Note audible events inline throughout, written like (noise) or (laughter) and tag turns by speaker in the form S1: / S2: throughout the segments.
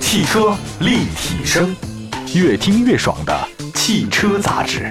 S1: 汽车立体声，越听越爽的汽车杂志。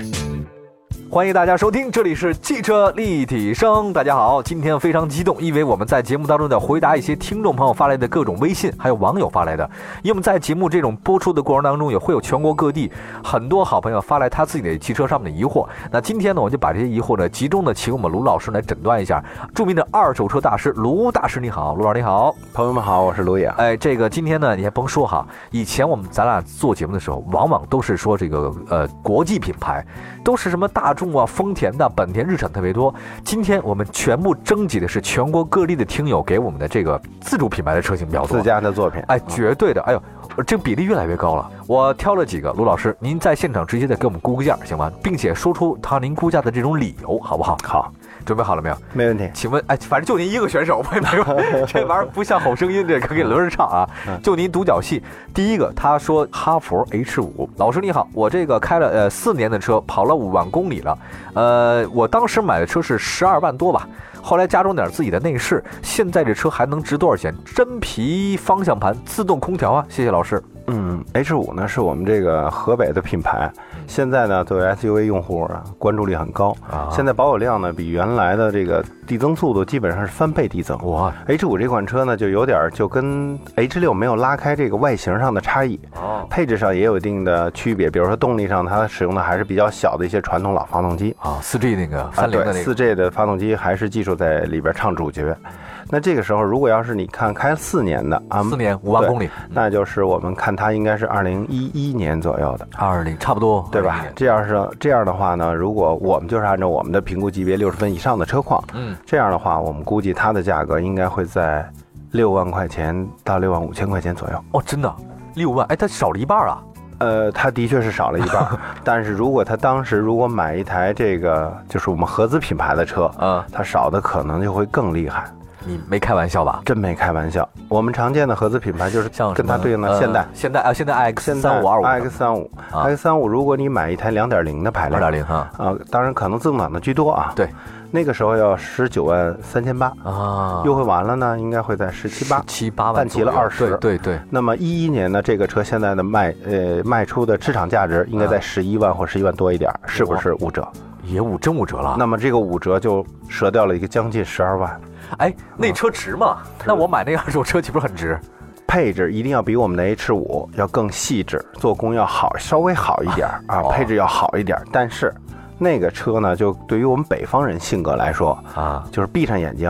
S2: 欢迎大家收听，这里是汽车立体声。大家好，今天非常激动，因为我们在节目当中呢回答一些听众朋友发来的各种微信，还有网友发来的。因为我们在节目这种播出的过程当中，也会有全国各地很多好朋友发来他自己的汽车上面的疑惑。那今天呢，我就把这些疑惑呢集中的请我们卢老师来诊断一下。著名的二手车大师卢大师，你好，卢老师你好。
S3: 朋友们好，我是卢野。
S2: 哎，这个今天呢，你还甭说哈，以前我们咱俩做节目的时候，往往都是说这个呃国际品牌，都是什么大众啊、丰田的、本田、日产特别多。今天我们全部征集的是全国各地的听友给我们的这个自主品牌的车型比较多
S3: 自。家的作品，
S2: 哎，绝对的，哎呦，这比例越来越高了。我挑了几个，卢老师，您在现场直接的给我们估个价行吗？并且说出他您估价的这种理由，好不好？
S3: 好，
S2: 准备好了没有？
S3: 没问题。
S2: 请问，哎，反正就您一个选
S3: (laughs)
S2: 手，我也没有，这玩意儿不像好声音，这可给轮着唱啊。
S3: 嗯
S2: 就您独角戏，第一个他说哈佛 H 五，老师你好，我这个开了呃四年的车，跑了五万公里了，呃，我当时买的车是十二万多吧，后来加装点自己的内饰，现在这车还能值多少钱？真皮方向盘、自动空调啊，谢谢老师。
S3: 嗯，H 五呢是我们这个河北的品牌，
S2: 嗯
S3: 现在呢对 SUV 用户啊关注力很高
S2: 啊，
S3: 现在保有量呢比原来的这个递增速度基本上是翻倍递增。
S2: 哇
S3: H 五这款车呢就有点儿就跟 H 六没有拉开这个外形上的差异，
S2: 哦
S3: 配置上也有一定的区别，比如说动力上它使用的还是比较小的一些传统老发动机，
S2: 啊，四 G 那个
S3: 啊，
S2: 三菱
S3: 对
S2: 的那个
S3: 四 G 的发动机还是技术在里边唱主角。那这个时候，如果要是你看开四年的啊，
S2: 四年五万
S3: 对
S2: 公里，
S3: 那就是我们看它应该是二零一一年左右的，
S2: 二零差不多
S3: 对吧？这要是这样的话呢，如果我们就是按照我们的评估级别六十分以上的车况，
S2: 嗯，
S3: 这样的话，我们估计它的价格应该会在六万块钱到六万五千块钱左右。
S2: 哦，真的六万，哎，它少了一半啊。
S3: 呃，它的确是少了一半
S2: (laughs)
S3: 儿，但是如果他当时如果买一台这个就是我们合资品牌的车，
S2: 嗯，
S3: 它少的可能就会更厉害。
S2: 你没开玩笑吧？
S3: 真没开玩笑，我们常见的合资品牌就是
S2: 像
S3: 跟它
S2: 什么
S3: 对应的
S2: 呃
S3: 现代。
S2: 现代啊，现代 X
S3: 现在
S2: 三五二五
S3: X 三五
S2: 啊
S3: X 三五，如果你买一台两点零的
S2: 二
S3: 排量，
S2: 点零哈
S3: 啊，当然可能自动挡的居多啊。
S2: 对，
S3: 那个时候要十九万三千八，
S2: 啊，
S3: 优惠完了呢，应该会在十七八。
S2: 七八万
S3: 办
S2: 左右，
S3: 齐了
S2: 对
S3: 20
S2: 对对，
S3: 那么一一年呢，这个车现在的卖呃卖出的市场价值应该在
S2: 啊
S3: 十一万或十一万多一点儿，是不是五折？
S2: 也五真五折了。
S3: 那么这个五折就折掉了一个将近十二万。
S2: 哎，那车值吗？那我买那个二手车岂不是很值？
S3: 配置一定要比我们的 H 五要更细致，做工要好，稍微好一点儿啊，
S2: 哦
S3: 配置要好一点儿。但是那个车呢，就对于我们北方人性格来说，
S2: 啊，
S3: 就是闭上眼睛，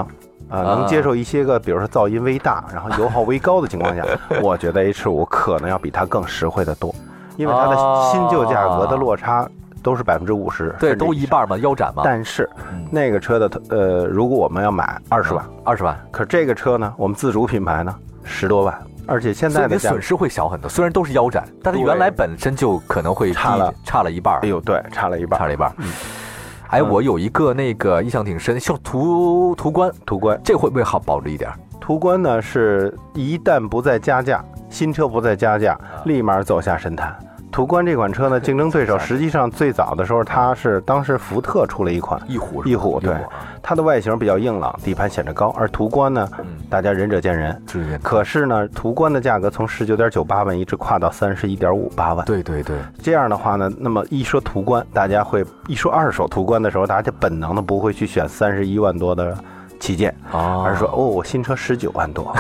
S3: 啊，
S2: 啊
S3: 能接受一些个，比如说噪音微大，然后油耗微高的
S2: (laughs)
S3: 情况下，我觉得 H 五可能要比它更实惠的多，因为它
S2: 啊
S3: 的新旧价格的落差都是百分之五十，
S2: 对，
S3: 甚至
S2: 都
S3: 以
S2: 一
S3: 上。
S2: 半嘛，腰斩嘛，
S3: 但是
S2: 嗯啊
S3: 那个车的它呃，如果我们要买二十万，
S2: 二十万，
S3: 可这个车呢，我们自主品牌呢十多万，而且现
S2: 所以
S3: 在
S2: 你的
S3: 的价格
S2: 损失会小很多。虽然都是腰斩，但是
S3: 对
S2: 原来本身就可能会低
S3: 差了
S2: 差了一半儿
S3: 哎，呦，对，差了一半
S2: 差
S3: 儿。嗯
S2: 了一半儿。哎，我有一个那个印象挺深，像途途观，
S3: 途观，
S2: 这会不会好保值一点儿？
S3: 途观呢是一旦不再加价，新车不再加价，立马走下神坛。途观这款车呢，竞争对手实际上最早的时候，它是当时福特出了一款，
S2: 一虎是吧
S3: 翼虎对
S2: 啊
S3: 它的外形比较硬朗，底盘显得高，而途观呢，
S2: 嗯，
S3: 大家仁者见仁。
S2: 这个
S3: 可是呢，途观的价格从十九点九八万一直跨到三十一点五八万。
S2: 对对对，
S3: 这样的话呢，那么一说途观，大家会一说二手途观的时候，大家本能的不会去选三十一万多的旗舰，
S2: 哦
S3: 而是说哦，我新车十九万 (laughs) 多，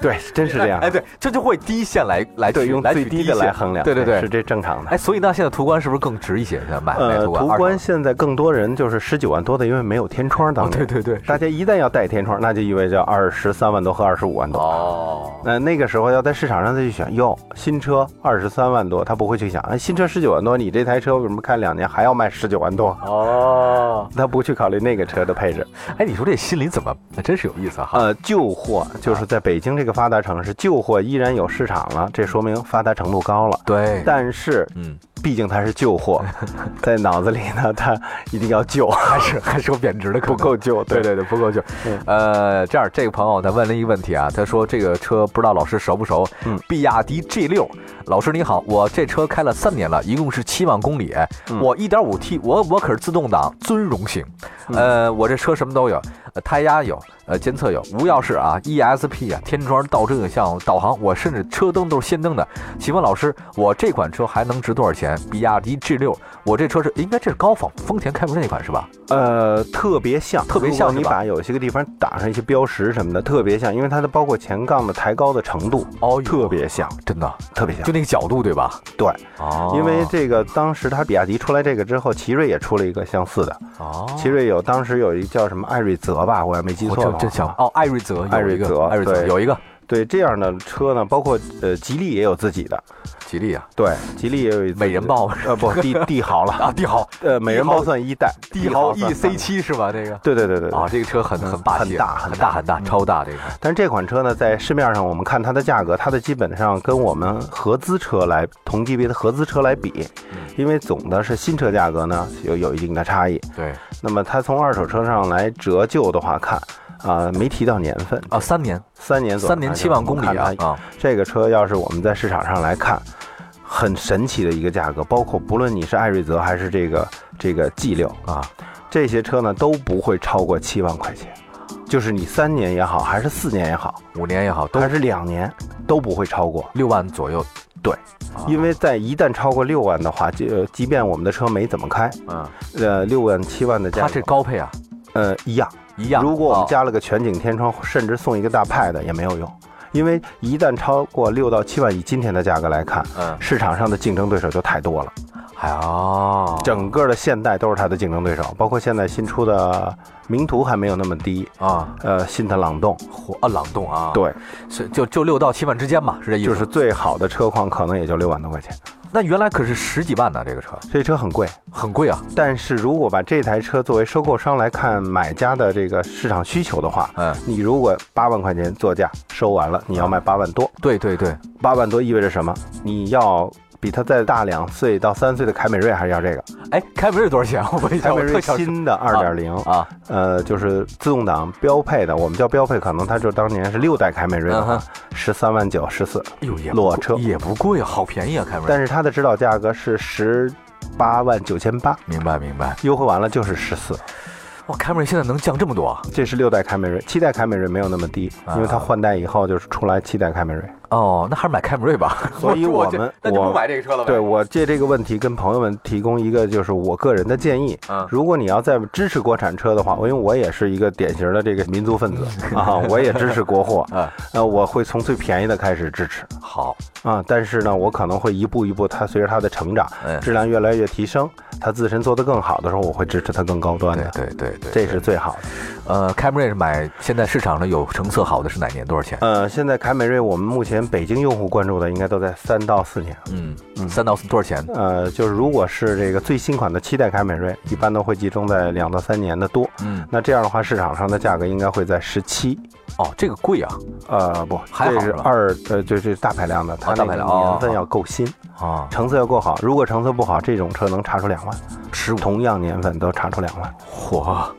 S3: 对，真是这样
S2: 哎，。对，这就会低线来来
S3: 对，
S2: 去
S3: 用
S2: 来
S3: 最
S2: 去
S3: 低的来
S2: 线
S3: 衡量，
S2: 对对对
S3: 是。这正常的。
S2: 哎，所以那现在途观是不是更值一些？现在买买
S3: 呃，
S2: 途观，
S3: 途
S2: 二手
S3: 观现在更多人就是十九万多的，因为没有天窗，当
S2: 哦，
S3: 年、
S2: 对对对，
S3: 大家一旦要带天窗，那就意味着二十三万多和二十五万多。
S2: 哦，
S3: 那、那个时候要在市场上再去选，哟，新车二十三万多，他不会去想，哎，新车十九万多，你这台车为什么开两年还要卖十九万多？
S2: 哦，
S3: 他不去考虑那个车的配置。
S2: 哎，你说这心里怎么，那真是有意思啊哈。
S3: 呃，旧货就是在北京这个发达城市，旧货依然有市场了，这说明发达程度高了。
S2: 对，
S3: 但是
S2: 嗯，
S3: 毕竟它是
S2: (laughs)
S3: 旧货，在脑子里呢，它一定要旧， (laughs)
S2: 还是还是有贬值的可
S3: 不
S2: 能，
S3: 够旧。
S2: 对对对，不够久。呃，这样，这个朋友他问了一个问题啊，他说这个车不知道老师熟不熟？
S3: 嗯，
S2: 比亚迪 G 六，老师你好，我这车开了三年了，一共是七万公里，
S3: 嗯
S2: 我一点五 T，我我可是自动挡尊荣型，呃，我这车什么都有，呃胎压有，呃监测有，无钥匙啊，ESP 啊，天窗、倒车影像、导航，我甚至车灯都是氙灯的。请问老师，我这款车还能值多少钱？比亚迪 G 六，我这车是应该这是高仿丰田开普勒那款是吧？
S3: 呃，特别像，
S2: 特别像
S3: 如果你
S2: 是吧
S3: 把有些个地方打上一些标识什么的，特别像，因为它的包括前杠的抬高的程度，
S2: 哦，
S3: 特别像，
S2: 真的，
S3: 特别像
S2: 就。那个角度对吧？
S3: 对，
S2: 哦，
S3: 因为这个当时它比亚迪出来这个之后，奇瑞也出了一个相似的，
S2: 哦，
S3: 奇瑞有当时有一个叫什么艾瑞泽吧，我要没记
S2: 我
S3: 错
S2: 这
S3: 的话
S2: 真想哦，艾瑞泽有一个，
S3: 艾瑞泽
S2: 艾瑞泽
S3: 对
S2: 有一个
S3: 对这样的车呢，包括呃吉利也有自己的，
S2: 吉利啊，
S3: 对，吉利也有一
S2: 美人豹
S3: 呃不帝帝豪了，
S2: (laughs) 啊，帝豪，
S3: 呃美人豹算一代，
S2: 帝豪
S3: 算
S2: E C
S3: 三代 (laughs)
S2: 七是吧？那个
S3: 对对对对对
S2: 啊，这个车很很霸气，啊很
S3: 很大很
S2: 大
S3: 大嗯
S2: 很大，超大这个。
S3: 但是这款车呢，在市面上我们看它的价格，它的基本上跟我们合资车来同级别的合资车来比，
S2: 嗯
S3: 因为总的是新车价格呢有有一定的差异。
S2: 对
S3: 那么它从二手车上来折旧的话看，啊、没提到年份，
S2: 啊，三年
S3: 三年左右，
S2: 三年七万公里啊
S3: 看它
S2: 啊，
S3: 这个车要是我们在市场上来看，很神奇的一个价格，包括不论你是艾瑞泽还是这个这个 G 六
S2: 啊，
S3: 这些车呢都不会超过七万块钱，就是你三年也好，还是四年也好。
S2: 五年也好，都
S3: 还是两年都不会超过，
S2: 六万左右。
S3: 对
S2: 啊，
S3: 因为在一旦超过六万的话，就即便我们的车没怎么开，
S2: 嗯，
S3: 呃，六万七万的价
S2: 它
S3: 格
S2: 这，高配啊
S3: 呃，一样。
S2: 一样。
S3: 如果我们
S2: 啊
S3: 加了个全景天窗，甚至送一个大派的也没有用，因为一旦超过六到七万，以今天的价格来看，
S2: 嗯，
S3: 市场上的竞争对手就太多了。
S2: 还哦，
S3: 整个的现代都是它的竞争对手，包括现在新出的名图还没有那么低，
S2: 啊，
S3: 呃，新的朗动，
S2: 火啊，朗动啊，，
S3: 对，
S2: 是就就六到七万之间吧，是这意思。
S3: 就是最好的车况可能也就六万多块钱，
S2: 那原来可是十几万呢，这个车
S3: 这车很贵。
S2: 很贵啊。
S3: 但是如果把这台车作为收购商来看买家的这个市场需求的话，
S2: 嗯，
S3: 你如果八万块钱座价收完了，你要
S2: 啊
S3: 卖八万多，
S2: 对对对，
S3: 八万多意味着什么？你要比它再大两岁到三岁的凯美瑞还是要这个？
S2: 哎，凯美瑞多少钱？ (laughs) 我问一下，
S3: 凯美
S2: 我
S3: 瑞
S2: 特想知
S3: 新的二点零，
S2: 啊，
S3: 呃，就是自动挡标配的，我们叫标配，可能它就当年是六代凯美瑞的
S2: 嗯
S3: 话
S2: 哼，
S3: 十三万九、十四，
S2: 哎呦，也不
S3: 裸
S2: 贵
S3: 车
S2: 也不贵，好便宜啊，凯美瑞。
S3: 但是它的指导价格是十八万九千八，
S2: 明白明白，
S3: 优惠完了就是十四。
S2: 哇，凯美瑞现在能降这么多啊？
S3: 这是六代凯美瑞，七代凯美瑞没有那么低，
S2: 啊
S3: 因为它换代以后就是出来七代凯美瑞。
S2: 哦，那还是买凯美瑞 (laughs) 吧。
S3: 所以
S2: 我
S3: 我们
S2: 那就不
S3: 我
S2: 买这个车了呗。
S3: 对我借这个问题跟朋友们提供一个就是我个人的建议
S2: 嗯，
S3: 如果你要再支持国产车的话，因为我也是一个典型的这个民族
S2: (laughs)
S3: 分子啊，我也支持国货，
S2: 啊，
S3: 呃，我会从最便宜的开始支持
S2: 好，
S3: 啊，但是呢，我可能会一步一步，它随着它的成长
S2: 嗯，
S3: 质量越来越提升，它自身做得更好的时候，我会支持它更高端
S2: 对
S3: 的，
S2: 对对对，
S3: 这是最好的。
S2: 呃，凯美瑞是买现在市场上有成色好的是哪年？多少钱？
S3: 呃，现在凯美瑞我们目前北京用户关注的应该都在三到四年。
S2: 嗯，三到四多少钱？
S3: 呃，就是如果是这个最新款的七代凯美瑞，一般都会集中在两到三年的多。
S2: 嗯，
S3: 那这样的话，市场上的价格应该会在十七，
S2: 哦，这个贵啊
S3: 呃，不，
S2: 还好
S3: 这
S2: 是
S3: 是
S2: 吧
S3: 二，呃，就是大排量的，它
S2: 大排
S3: 那个
S2: 量哦
S3: 年份要够新，
S2: 啊，
S3: 成色要够好。如果成色不好，这种车能查出两万，
S2: 十五
S3: 同样年份都查出两万。
S2: 火。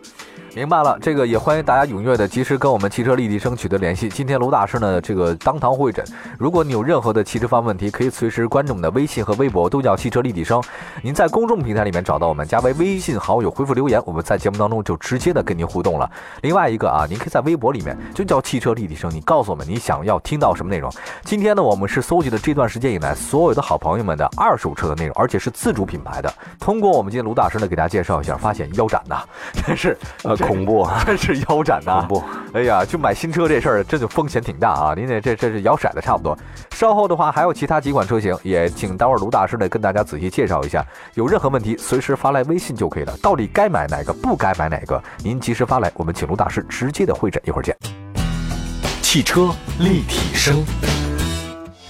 S2: 明白了，这个也欢迎大家踊跃的及时跟我们汽车立体声取得联系。今天卢大师呢，这个当堂会诊，如果你有任何的汽车方面问题，可以随时关注我们的微信和微博，都叫汽车立体声。您在公众平台里面找到我们，加为微信好友，回复留言，我们在节目当中就直接的跟您互动了。另外一个啊，您可以在微博里面就叫汽车立体声，你告诉我们你想要听到什么内容。今天呢，我们是搜集了这段时间以来所有的好朋友们的二手车的内容，而且是自主品牌的。通过我们今天卢大师呢给大家介绍一下，发现腰斩呐，真是
S3: 呃，
S2: 这
S3: 恐怖，
S2: 真 (laughs) 是腰斩呐、
S3: 恐怖。
S2: 哎呀，就买新车这事儿，真的风险挺大啊！您这这这是摇骰子差不多。稍后的话还有其他几款车型，也请待会儿卢大师呢跟大家仔细介绍一下。有任何问题随时发来微信就可以了。到底该买哪个，不该买哪个，您及时发来，我们请卢大师直接的会诊。一会儿见。
S1: 汽车立体声。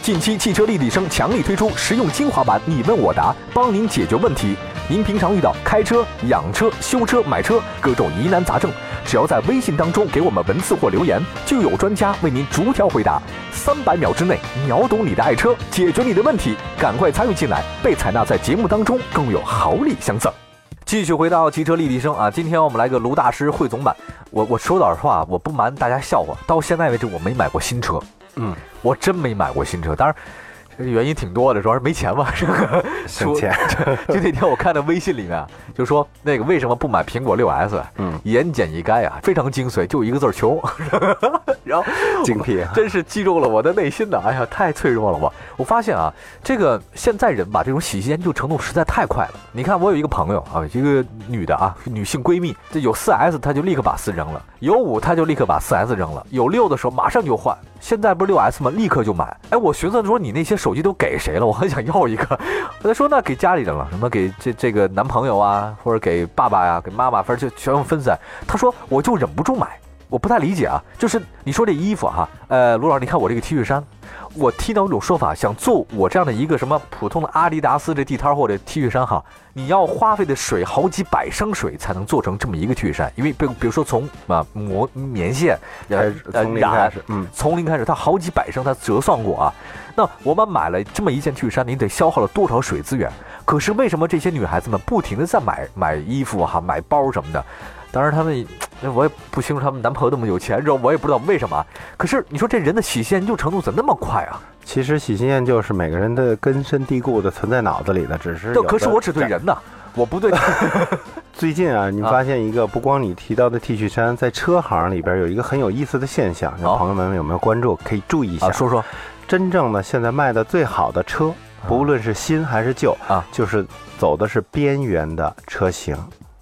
S2: 近期汽车立体声强力推出实用精华版“你问我答”，帮您解决问题。您平常遇到开车、养车、修车、买车各种疑难杂症，只要在微信当中给我们文字或留言，就有专家为您逐条回答。三百秒之内秒懂你的爱车，解决你的问题，赶快参与进来，被采纳在节目当中更有好礼相赠。继续回到汽车立体声啊，今天我们来个卢大师汇总版。我我说老实话，我不瞒大家笑话，到现在为止我没买过新车，
S3: 嗯，
S2: 我真没买过新车。当然，这原因挺多的，主要是没钱嘛。这个
S3: 省钱。
S2: (laughs) 就那天我看的微信里面，啊就说那个为什么不买苹果六 S？
S3: 嗯，
S2: 言简意赅啊，非常精髓，就一个字儿穷。 (laughs) 然后 (laughs)
S3: 精辟啊。
S2: 真是击中了我的内心呐！哎呀，太脆弱了我。我发现啊，这个现在人吧，这种喜新厌旧程度实在太快了。你看，我有一个朋友啊，一个女的啊，女性闺蜜，这有四 S 她就立刻把四扔了，有五她就立刻把四 S 扔了，有六的时候马上就换。现在不是六 S 吗？立刻就买。哎，我寻思说你那些手机都给谁了？我很想要一个。他说那给家里人了，什么给这这个男朋友啊，或者给爸爸呀、给妈妈，反正就全分散。他说我就忍不住买。我不太理解啊，就是你说这衣服哈、呃，卢老师，你看我这个 T 恤衫，我听到一种说法，想做我这样的一个什么普通的阿迪达斯这地摊货的 T 恤衫哈，你要花费的水好几百升水才能做成这么一个 T 恤衫，因为比比如说从啊磨棉线，
S3: 开
S2: 呃
S3: 始
S2: 呃
S3: 从零开
S2: 染
S3: 始，嗯，
S2: 从零开始，它好几百升，它折算过啊。那我们买了这么一件 T 恤衫，你得消耗了多少水资源？可是为什么这些女孩子们不停的在买买衣服哈、买包什么的？当然，她们我也不清楚她们男朋友那么有钱，然后我也不知道为什么啊。可是你说这人的喜新厌旧程度怎么那么快啊？
S3: 其实喜新厌旧是每个人的根深蒂固的存在脑子里的，只是
S2: 对，
S3: 有
S2: 可是
S3: 的
S2: 我只对
S3: 展
S2: 人呐，我不对。
S3: 最近啊，你
S2: 啊
S3: 发现一个，不光你提到的 T 恤衫，在车行里边有一个很有意思的现象，
S2: 好
S3: 朋友们有没有关注？可以注意一下。
S2: 哦啊，说说
S3: 真正的现在卖的最好的车，不论是新还是旧
S2: 啊
S3: 就是走的是边缘的车型。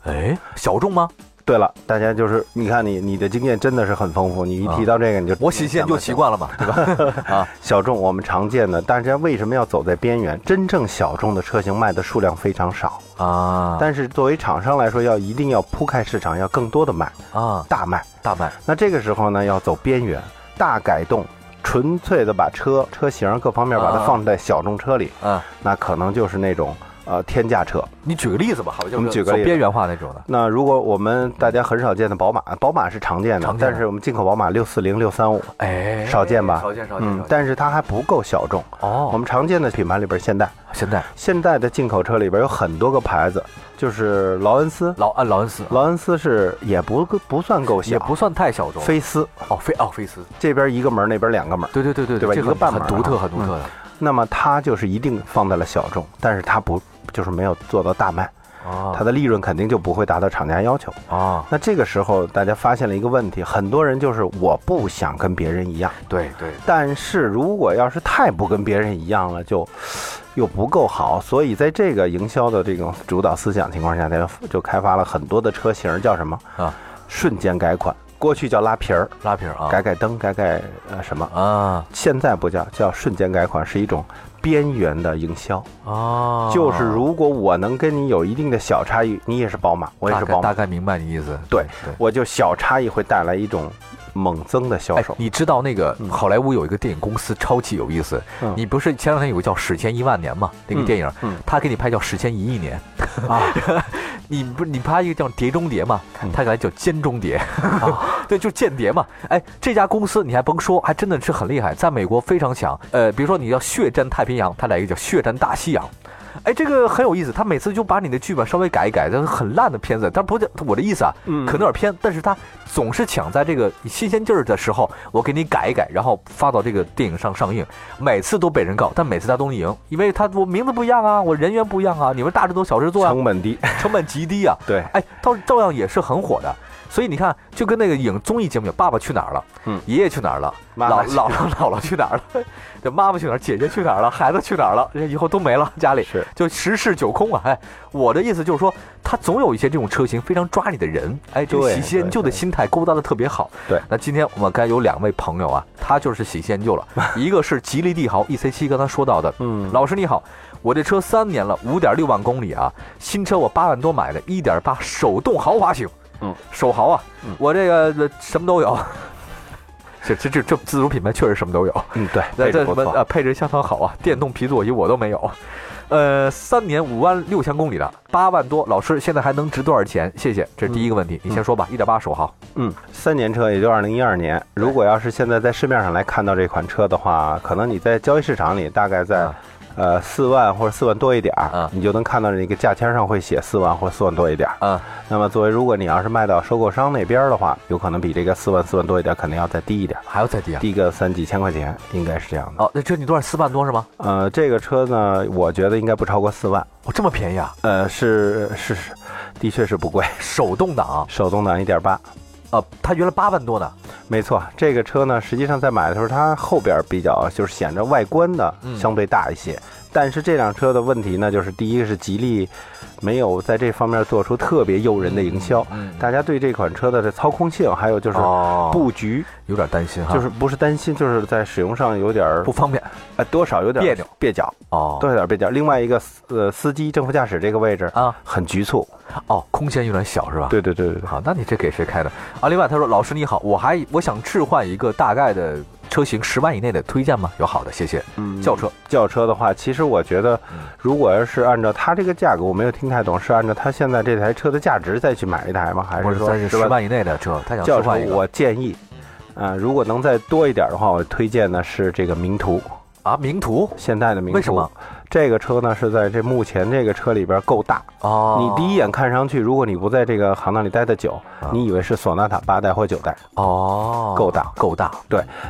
S2: 哎，小众吗？
S3: 对了，大家就是你看你你的经验真的是很丰富，你一
S2: 啊
S3: 提到这个你就
S2: 我喜新厌旧习惯了嘛，对吧？啊，
S3: 小众我们常见的，大家为什么要走在边缘？真正小众的车型卖的数量非常少，
S2: 啊，
S3: (laughs) 但是作为厂商来说，要一定要铺开市场，要更多的卖，
S2: 啊，
S3: 大卖。
S2: 大卖
S3: 那这个时候呢，要走边缘，大改动，纯粹的把车车型各方面把
S2: 啊
S3: 它放在小众车里，
S2: 啊，
S3: 那可能就是那种呃天价车。
S2: 你举个例子吧，好，就
S3: 我们
S2: 是
S3: 嗯举个
S2: 走
S3: 例子
S2: 边缘化那种的
S3: 那如果我们大家很少见的宝马，宝马是常见的，
S2: 常见的
S3: 但是我们进口宝马六四零、六三五，
S2: 哎，
S3: 少见吧
S2: 少见少见
S3: 嗯
S2: 少，见。
S3: 但是它还不够小众。
S2: 哦，
S3: 我们常见的品牌里边，现代
S2: 现在
S3: 现代的进口车里边有很多个牌子，就是劳恩斯，
S2: 劳啊劳恩斯
S3: 劳恩斯是也不不算够
S2: 也
S3: 小，
S2: 不算太小众，
S3: 菲斯
S2: 哦菲奥菲斯，
S3: 这边一个门儿，那边两个门儿。
S2: 对对对对
S3: 对吧
S2: 这
S3: 一个
S2: 很
S3: 半
S2: 很
S3: 码
S2: 独特
S3: 啊
S2: 很独特的
S3: 那么它就是一定放在了小众，但是它不就是没有做到大卖，
S2: 啊
S3: 嗯它的利润肯定就不会达到厂家要求。
S2: 啊，
S3: 那这个时候大家发现了一个问题，很多人就是我不想跟别人一样，
S2: 对对
S3: 但是如果要是太不跟别人一样了，就又不够好。所以在这个营销的这种主导思想情况下，大家就开发了很多的车型，叫什么
S2: 啊？
S3: 瞬间改款，过去叫拉皮儿，
S2: 拉皮儿啊
S3: 改改灯，改改呃什么。
S2: 啊
S3: 现在不叫叫瞬间改款，是一种边缘的营销。
S2: 啊，
S3: 就是如果我能跟你有一定的小差异，你也是宝马，我也
S2: 大
S3: 是
S2: 概
S3: 宝
S2: 大
S3: 马，
S2: 概明白你意思，
S3: 对
S2: 对。
S3: 我就小差异会带来一种猛增的销
S2: 哎
S3: 售，。
S2: 你知道那个
S3: 嗯
S2: 好莱坞有一个电影公司超级有意思，
S3: 嗯
S2: 你不是前两天有个叫《史前一万年》嘛？那个
S3: 嗯
S2: 电影，
S3: 嗯
S2: 他给你拍叫《史前一亿年》
S3: 啊，
S2: (laughs) 你不是你拍一个叫《碟中谍》嘛？
S3: 嗯哦
S2: 他给它叫《间中谍》 (laughs) 对，就间谍嘛。哎，这家公司你还甭说，还真的是很厉害，在美国非常强。呃，比如说你要血战太平洋，他来一个叫血战大西洋。哎，这个很有意思，他每次就把你的剧本稍微改一改，但是很烂的片子。但不是我的意思啊，
S3: 嗯
S2: 可能有点偏，但是他总是抢在这个新鲜劲儿的时候，我给你改一改，然后发到这个电影上上映，每次都被人告，但每次他都能赢，因为他我名字不一样啊，我人员不一样啊，你们大制作小制作啊，
S3: 成本低，
S2: 成本极低啊，
S3: 对，
S2: 哎，到照样也是很火的。所以你看，就跟那个影综艺节目《爸爸去哪儿了》，
S3: 嗯
S2: 爷爷去哪儿了，
S3: 妈妈
S2: 老
S3: 去
S2: 姥姥 (laughs) 姥姥去哪儿了，这妈妈去哪儿，姐姐去哪儿了，孩子去哪儿了，这以后都没了，家里
S3: 是
S2: 就十室九空啊！哎，我的意思就是说，他总有一些这种车型非常抓你的人，哎，这个
S3: 对
S2: 喜新厌旧的
S3: 对对
S2: 心态勾搭的特别好。
S3: 对
S2: 那今天我们该有两位朋友啊，他就是喜新厌
S3: (laughs)
S2: 旧了，一个是吉利帝豪 E C 七，刚才说到的，
S3: 嗯
S2: 老师你好，我这车三年了，五点六万公里啊，新车我八万多买的，一点八手动豪华型，
S3: 嗯，
S2: 手豪啊，
S3: 嗯
S2: 我这个呃什么都有。 (laughs) 这这这这自主品牌确实什么都有，
S3: 嗯，对，
S2: 那这
S3: 配置
S2: 什
S3: 不
S2: 么
S3: 错，
S2: 啊，配置相当好啊，电动皮座椅我都没有。呃，三年五万六千公里了，八万多，老师现在还能值多少钱？谢谢，这是第一个问题，你先说吧，一点八手豪
S3: 嗯，三年车也就二零一二年。如果要是现在在市面上来看到这款车的话，可能你在交易市场里大概在
S2: 啊
S3: 呃四万或者四万多一点儿，
S2: 啊
S3: 你就能看到那个价签上会写四万或四万多一点儿。
S2: 啊，
S3: 那么作为如果你要是卖到收购商那边儿的话，有可能比这个四万四万多一点儿，肯定要再低一点儿，
S2: 还要再低啊？
S3: 低个三几千块钱，应该是这样的。
S2: 哦，那这你多少？四万多是吗？
S3: 呃，这个车呢，我觉得应该不超过四万。
S2: 哦，这么便宜啊？
S3: 呃，是是是，的确是不贵，
S2: 手动挡啊
S3: 手动挡一点八。
S2: 啊，它原来八万多呢。
S3: 没错，这个车呢，实际上在买的时候，它后边比较就是显着外观呢
S2: 嗯
S3: 相对大一些。但是这辆车的问题呢，就是第一个是吉利没有在这方面做出特别诱人的营销，
S2: 嗯，
S3: 大家对这款车的这操控性，还有就是
S2: 哦，
S3: 布局，
S2: 有点担心哈，
S3: 就是不是担心，就是在使用上有点儿
S2: 不方便
S3: 呃多少有点儿
S2: 别扭
S3: 蹩脚，嗯
S2: 哦。
S3: 多少有点儿蹩脚。另外一个呃司机正副驾驶这个位置
S2: 啊，
S3: 很局促，
S2: 哦，空间有点小是吧？。
S3: 对对对对对。
S2: 好，那你这给谁开的？啊，另外他说，老师你好，我还我想置换一个大概的车型，十万以内的推荐吗？有好的，谢谢。
S3: 嗯
S2: 轿车，
S3: 轿车的话，其实我觉得
S2: 嗯，
S3: 如果要是按照它这个价格，我没有听太懂，是按照它现在这台车的价值再去买一台吗？还
S2: 或
S3: 是
S2: 者
S3: 说
S2: 三十
S3: 10
S2: 十万以内的车，他想置
S3: 轿车
S2: 换一？个
S3: 我建议，啊，如果能再多一点的话，我推荐的是这个名图，
S2: 啊，名图
S3: 现代的名图。
S2: 为什么？
S3: 这个车呢是在这目前这个车里边够大，
S2: 哦
S3: 你，第一眼看上去，如果你不在这个行当里待得久，
S2: 啊
S3: 你以为是索纳塔八代或九代，
S2: 哦，
S3: 够大
S2: 够大，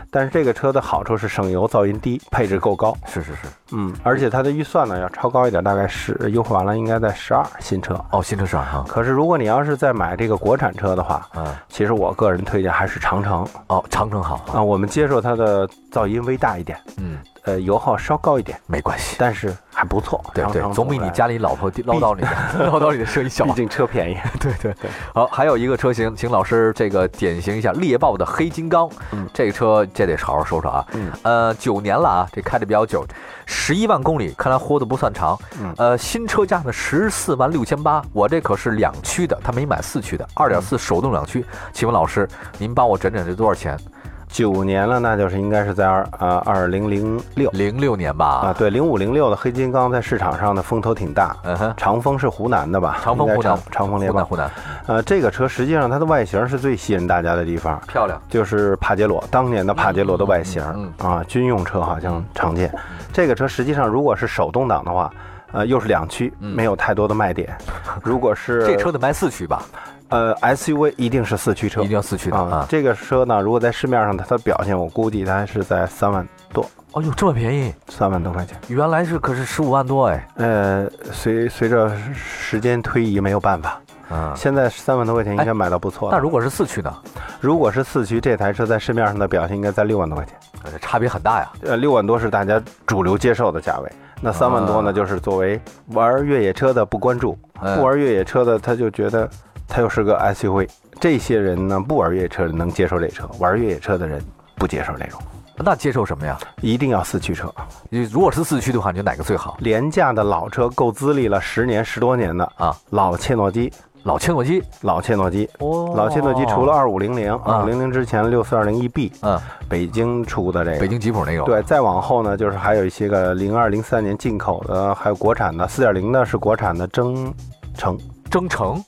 S3: 但是这个车的好处是省油、噪音低、配置够高，
S2: 是是是。
S3: 嗯，而且它的预算呢要超高一点，大概十优惠完了应该在十二新车。
S2: 哦，新车市场哈，
S3: 可是如果你要是再买这个国产车的话，
S2: 嗯，
S3: 其实我个人推荐还是长城
S2: 哦，长城好，
S3: 啊，我们接受它的噪音微大一点，
S2: 嗯，
S3: 呃，油耗稍高一点，
S2: 没关系，
S3: 但是还不错。
S2: 对
S3: 长
S2: 对
S3: 城，
S2: 总比
S3: 出
S2: 你
S3: 来
S2: 家里老婆唠叨你的
S3: (laughs)
S2: 唠叨你的生意小
S3: 毕。竟车便宜。
S2: (laughs) 对对
S3: 对
S2: 好，还有一个车型，请老师这个典型一下猎豹的黑金刚，
S3: 嗯
S2: 这个车这得好好说说啊。
S3: 嗯
S2: 呃，九年了啊，这开的比较久，十一万公里，看来豁的不算长。
S3: 嗯
S2: 呃，新车价呢十四万六千八，我这可是两驱的，他没买四驱的，二点四手动两驱。请问老师，您帮我整整这多少钱？
S3: (laughs) 九年了，那就是应该是在二呃二零零六
S2: 零六年吧。
S3: 啊，对，零五零六的黑金刚在市场上的风头挺大。
S2: 嗯哼，
S3: 长风是湖南的吧？
S2: 长风
S3: 应该
S2: 湖南
S3: 长长风猎
S2: 湖南
S3: 豹。
S2: 湖南
S3: 呃，这个车实际上它的外形是最吸引大家的地方，
S2: 漂亮。
S3: 就是帕杰罗，当年的帕杰罗的外形、
S2: 嗯
S3: 啊，军用车好像常见。这个车实际上如果是手动挡的话，呃，又是两驱，
S2: 嗯
S3: 没有太多的卖点。如果
S2: (laughs)
S3: 是
S2: 这车得卖四驱吧？
S3: 呃 SUV 一定是四驱车
S2: 一定要四驱的
S3: 啊
S2: 啊，！
S3: 这个车呢，如果在市面上它的表现，我估计它是在三万多，
S2: 哦呦，这么便宜，
S3: 三万多块钱。
S2: 原来是可是十五万多哎。
S3: 呃，随随着时间推移，没有办法，
S2: 嗯，
S3: 现在三万多块钱应
S2: 哎
S3: 该买到不错的。
S2: 那如果是四驱呢？
S3: 如果是四驱，这台车在市面上的表现应该在六万多块钱。
S2: 呃差别很大呀。
S3: 呃，六万多是大家主流接受的价位，那三万多呢，
S2: 啊
S3: 就是作为玩越野车的不关注，
S2: 嗯
S3: 不玩越野车的他就觉得他又是个 SUV。这些人呢，不玩越野车的能接受这车，玩越野车的人不接受这种，
S2: 那接受什么呀？
S3: 一定要四驱车。
S2: 你如果是四驱的话，你觉得哪个最好？
S3: 廉价的老车够资历了十年十多年的
S2: 啊，
S3: 老切诺基，
S2: 老切诺基，
S3: 老切诺基。
S2: 哦
S3: 老切诺基除了，二五零零、
S2: 啊
S3: 二五零零之前六四二零 EB，
S2: 嗯，
S3: 北京出的这个，
S2: 北京吉普那种，，
S3: 对，再往后呢，就是还有一些个零二零三年进口的，还有国产的，四点零呢是国产的征程
S2: 征程，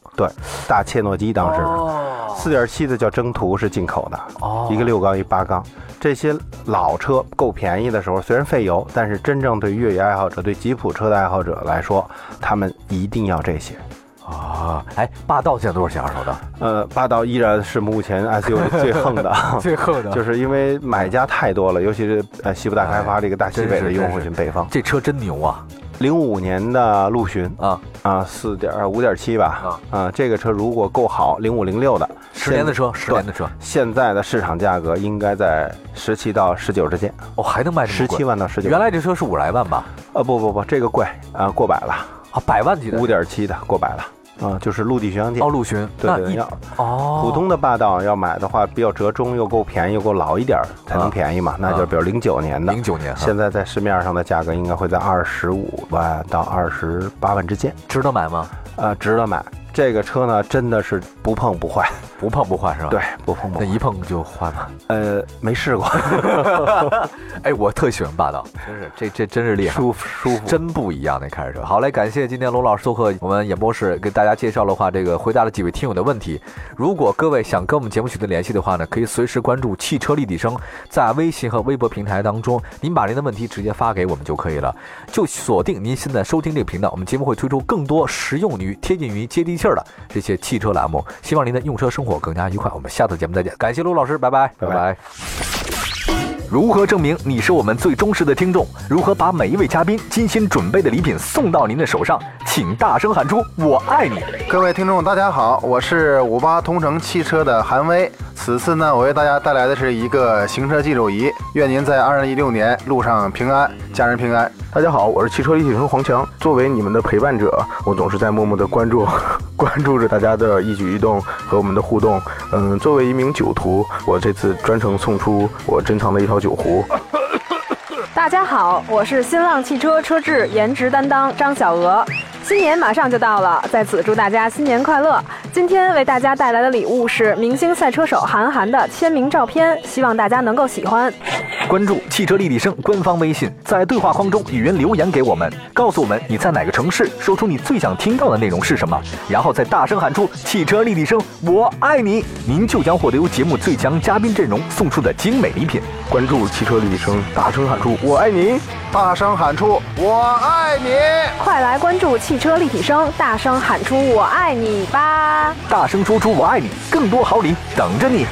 S3: 大切诺基，当时
S2: 时
S3: 四点七的叫征途哦是进口的，
S2: 哦，
S3: 一个六缸一八缸，这些老车够便宜的时候，虽然费油，但是真正对越野爱好者、对吉普车的爱好者来说，他们一定要这些。
S2: 啊，哎，霸道现在多少钱二手的？
S3: 呃，霸道依然是目前 SUV 最横的。
S2: (laughs) 最后的
S3: 就是因为买家太多了，尤其是呃西部大开
S2: 哎
S3: 发这个大西北的用户群北方，
S2: 这车真牛啊
S3: 零五年的陆巡
S2: 啊！
S3: 啊，四点五点七吧，啊这个车如果够好，零五零六的，
S2: 十年的
S3: 现
S2: 车，十年的车，
S3: 现在的市场价格应该在十七到十九之间，
S2: 哦，还能卖这
S3: 十
S2: 么
S3: 七
S2: 贵？
S3: 万到十九。
S2: 原来这车是五来万吧？
S3: 呃不不不，这个贵啊，过百了，
S2: 啊，百万级的
S3: 五点七的过百了，啊，就是陆地巡洋舰
S2: 哦，，陆巡，
S3: 对
S2: 那
S3: 对，
S2: 一
S3: 要
S2: 哦，
S3: 普通的霸道要买的话，比较折中，又够便宜，又够老一点儿才能便宜嘛，那就是比如零九年的
S2: 啊零。九年啊哈，
S3: 现在在市面上的价格应该会在二十五万到二十八万之间，
S2: 值得买吗？
S3: 呃，值得买。这个车呢，真的是不碰不坏，
S2: 不碰不换是吧？
S3: 对，，不碰不
S2: 那
S3: 坏。
S2: 一碰就换嘛。
S3: 呃，没试 (laughs) 过，
S2: 哎，我特喜欢霸道，真是这这真是厉害。
S3: 舒服舒服。
S2: 真不一样那开着车。好嘞，感谢今天罗老师做客我们演播室，给大家介绍了话，这个回答了几位听友的问题。如果各位想跟我们节目取得联系的话呢，可以随时关注“汽车立体声”在微信和微博平台当中，您把您的问题直接发给我们就可以了。就锁定您现在收听这个频道，我们节目会推出更多实用于、贴近于、接地气儿的这些汽车栏目。希望您的用车生活更加愉快。我们下次节目再见，感谢罗老师，拜
S3: 拜
S2: 拜。
S3: 拜
S2: 拜拜如何证明你是我们最忠实的听众？如何把每一位嘉宾精心准备的礼品送到您的手上？请大声喊出“我爱你
S4: 各位听众，大家好，我是五八同城汽车的韩威。此次呢，我为大家带来的是一个行车记录仪，愿您在二零一六年路上平安，家人平安。
S3: 大家好，我是汽车立体声黄强。作为你们的陪伴者，我总是在默默的关注， (laughs) 关注着大家的一举一动和我们的互动。嗯，作为一名酒徒，我这次专程送出我珍藏的一条酒壶。
S5: 大家好，我是新浪汽车车质颜值担当张小娥。新年马上就到了，在此祝大家新年快乐！今天为大家带来的礼物是明星赛车手韩寒的签名照片，希望大家能够喜欢。”，
S2: 关注“汽车立体声”官方微信，在对话框中语音留言给我们，告诉我们你在哪个城市，说出你最想听到的内容是什么，然后再大声喊出“汽车立体声，我爱你”，您就将获得由节目最强嘉宾阵容送出的精美礼品。
S3: 关注汽车立体声，大声喊出“我爱你
S4: 大声喊出“我爱你
S5: 快来关注汽车立体声，大声喊出“我爱你”吧！
S2: 大声说出“我爱你”，更多好礼等着你。